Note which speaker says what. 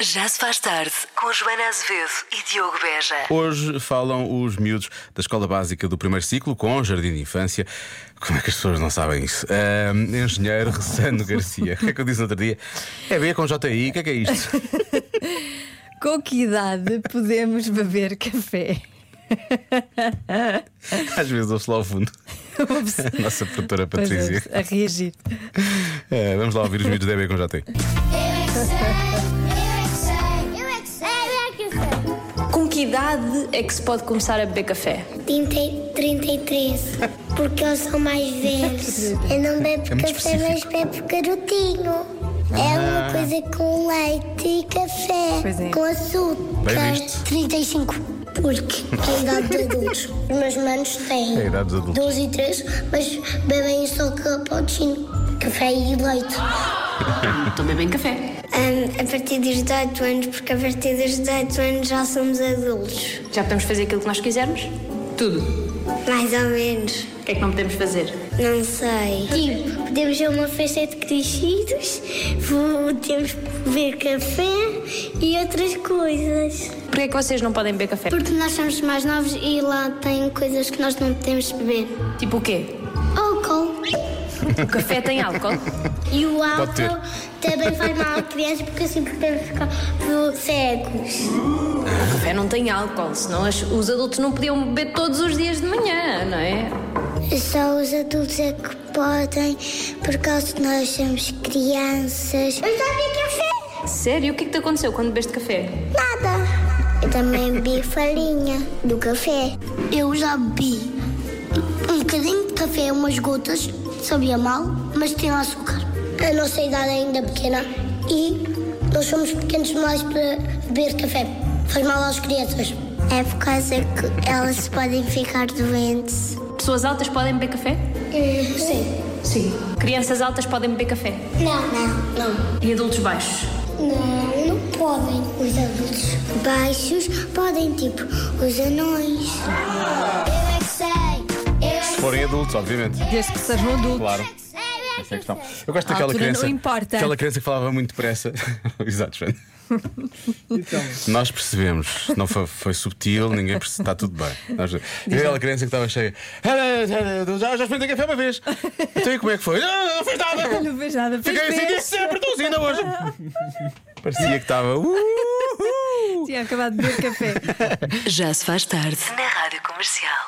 Speaker 1: Já se faz tarde com Joana Azevedo e Diogo Beja.
Speaker 2: Hoje falam os miúdos da escola básica do primeiro ciclo com jardim de infância. Como é que as pessoas não sabem isso? Ahm, engenheiro Ressano Garcia. O que é que eu disse no outro dia? É ver com JI, o que é que é isto?
Speaker 3: Com que idade podemos beber café?
Speaker 2: Às vezes ouço lá ao fundo.
Speaker 3: Ups.
Speaker 2: A nossa produtora
Speaker 3: Pois é,
Speaker 2: Patrícia.
Speaker 3: a reagir.
Speaker 2: É, vamos lá ouvir os miúdos da EB com JI.
Speaker 4: Eu é que sei, eu é que sei, eu é que sei, eu
Speaker 5: Com que idade é que se pode começar a beber café?
Speaker 4: é que sei. 33, porque eles são mais velhos. Eu não bebo
Speaker 2: É muito Ah.
Speaker 4: café, mas bebo carotinho. É uma coisa com leite e
Speaker 3: Pois é.
Speaker 4: café, com açúcar.
Speaker 2: Bem visto.
Speaker 4: 35, porque é a idade de adultos. Os meus manos têm
Speaker 2: É a idade dos adultos.
Speaker 4: 12 e 13, mas bebem só cappuccino, café e leite.
Speaker 5: Estou a beber café.
Speaker 4: a partir dos 18 anos, porque a partir dos 18 anos já somos adultos.
Speaker 5: Já podemos fazer aquilo que nós quisermos? Tudo.
Speaker 4: Mais ou menos.
Speaker 5: O que é que não podemos fazer?
Speaker 4: Não sei. Tipo, podemos ir a uma festa de crescidos, podemos beber café e outras coisas.
Speaker 5: Porquê é que vocês não podem beber café?
Speaker 4: Porque nós somos mais novos e lá tem coisas que nós não podemos beber.
Speaker 5: Tipo o quê?
Speaker 4: Álcool.
Speaker 5: O café tem álcool?
Speaker 4: E o
Speaker 2: Pode ter.
Speaker 4: álcool também faz mal à criança porque assim podemos ficar cegos.
Speaker 5: O café não tem álcool, senão as- os adultos não podiam beber todos os dias de manhã, não é?
Speaker 4: Só os adultos é que podem, por causa que nós somos crianças. Eu já vi café!
Speaker 5: Sério? O que é que te aconteceu quando bebeste café?
Speaker 4: Nada! Eu também bebi farinha do café. Eu já bebi um bocadinho de café, umas gotas, sabia mal, mas tinha açúcar. A nossa idade é ainda pequena e nós somos pequenos demais para beber café. Faz mal às crianças. É por causa que elas podem ficar doentes.
Speaker 5: Pessoas altas podem beber café?
Speaker 4: Sim.
Speaker 5: Sim. Eh, Crianças altas podem beber café?
Speaker 4: Não, não, não.
Speaker 5: E adultos baixos?
Speaker 4: Não, não podem. Os adultos baixos podem, tipo, os anões. Eu é que sei, eu é que é
Speaker 2: Se forem adultos, obviamente.
Speaker 3: Desde que sejam adultos.
Speaker 2: Claro.
Speaker 4: sei, eu
Speaker 2: Essa
Speaker 4: é
Speaker 2: é a
Speaker 4: que
Speaker 2: questão.
Speaker 4: sei.
Speaker 2: Eu gosto
Speaker 3: A
Speaker 2: daquela
Speaker 3: altura
Speaker 2: criança.
Speaker 3: não importa.
Speaker 2: Aquela criança que falava muito depressa. Exato, Joana. Nós percebemos, não foi, foi subtil, ninguém percebeu, está tudo bem. Nós, aquela criança que estava cheia. Já, já experimentei café uma vez. Então e como é que foi? Não, não fez nada.
Speaker 3: Não fez nada.
Speaker 2: Fiquei
Speaker 3: Fez,
Speaker 2: assim
Speaker 3: fez.
Speaker 2: desde sempre, estou assim ainda hoje. Parecia que estava. uh, "Uhul."
Speaker 3: Tinha acabado de beber café.
Speaker 1: Já se faz tarde na Rádio Comercial.